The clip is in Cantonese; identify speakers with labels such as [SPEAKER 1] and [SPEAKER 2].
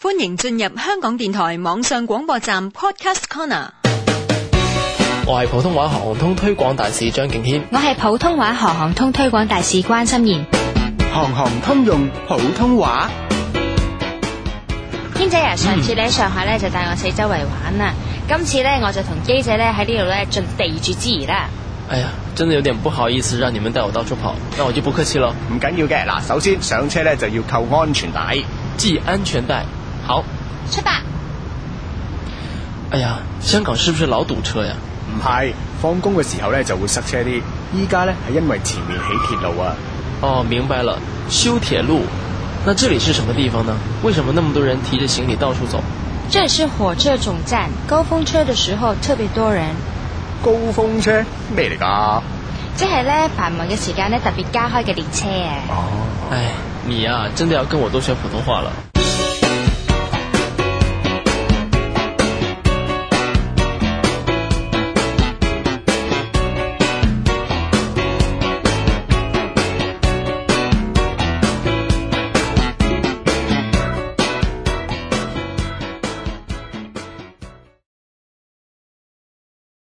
[SPEAKER 1] 歡迎進入香港電台網上廣播站 Podcast Corner。
[SPEAKER 2] 我係普通話行行通推廣大使張敬軒，
[SPEAKER 3] 我係普通話行行通推廣大使關心妍。
[SPEAKER 4] 行行通用普通話。
[SPEAKER 3] 軒仔啊，上次你喺上海咧就帶我四周圍玩啦，今次咧我就同機仔咧喺呢度咧盡地主之誼啦。
[SPEAKER 2] 哎呀，真的有點不好意思讓你們帶我到處跑，那我就不客氣了。
[SPEAKER 4] 唔緊要嘅，嗱，首先上車咧就要扣安全帶。
[SPEAKER 2] 繫安全帶，好。
[SPEAKER 3] 出發！
[SPEAKER 2] 哎呀，香港是不是老堵車呀？
[SPEAKER 4] 唔係，放工嘅時候咧就會塞車啲。依家咧係因為前面起鐵路啊。
[SPEAKER 2] 哦，明白了，修鐵路。那這裡是什麼地方呢？為什麼那麼多人提着行李到處走？
[SPEAKER 3] 這是火車總站，高峰車的時候特別多人，
[SPEAKER 4] 高峰車咩嚟㗎？
[SPEAKER 3] 即係咧繁忙嘅時間咧特別加開嘅列車啊。
[SPEAKER 4] 哦，
[SPEAKER 2] 哎，你呀、真的要跟我多學普通話了。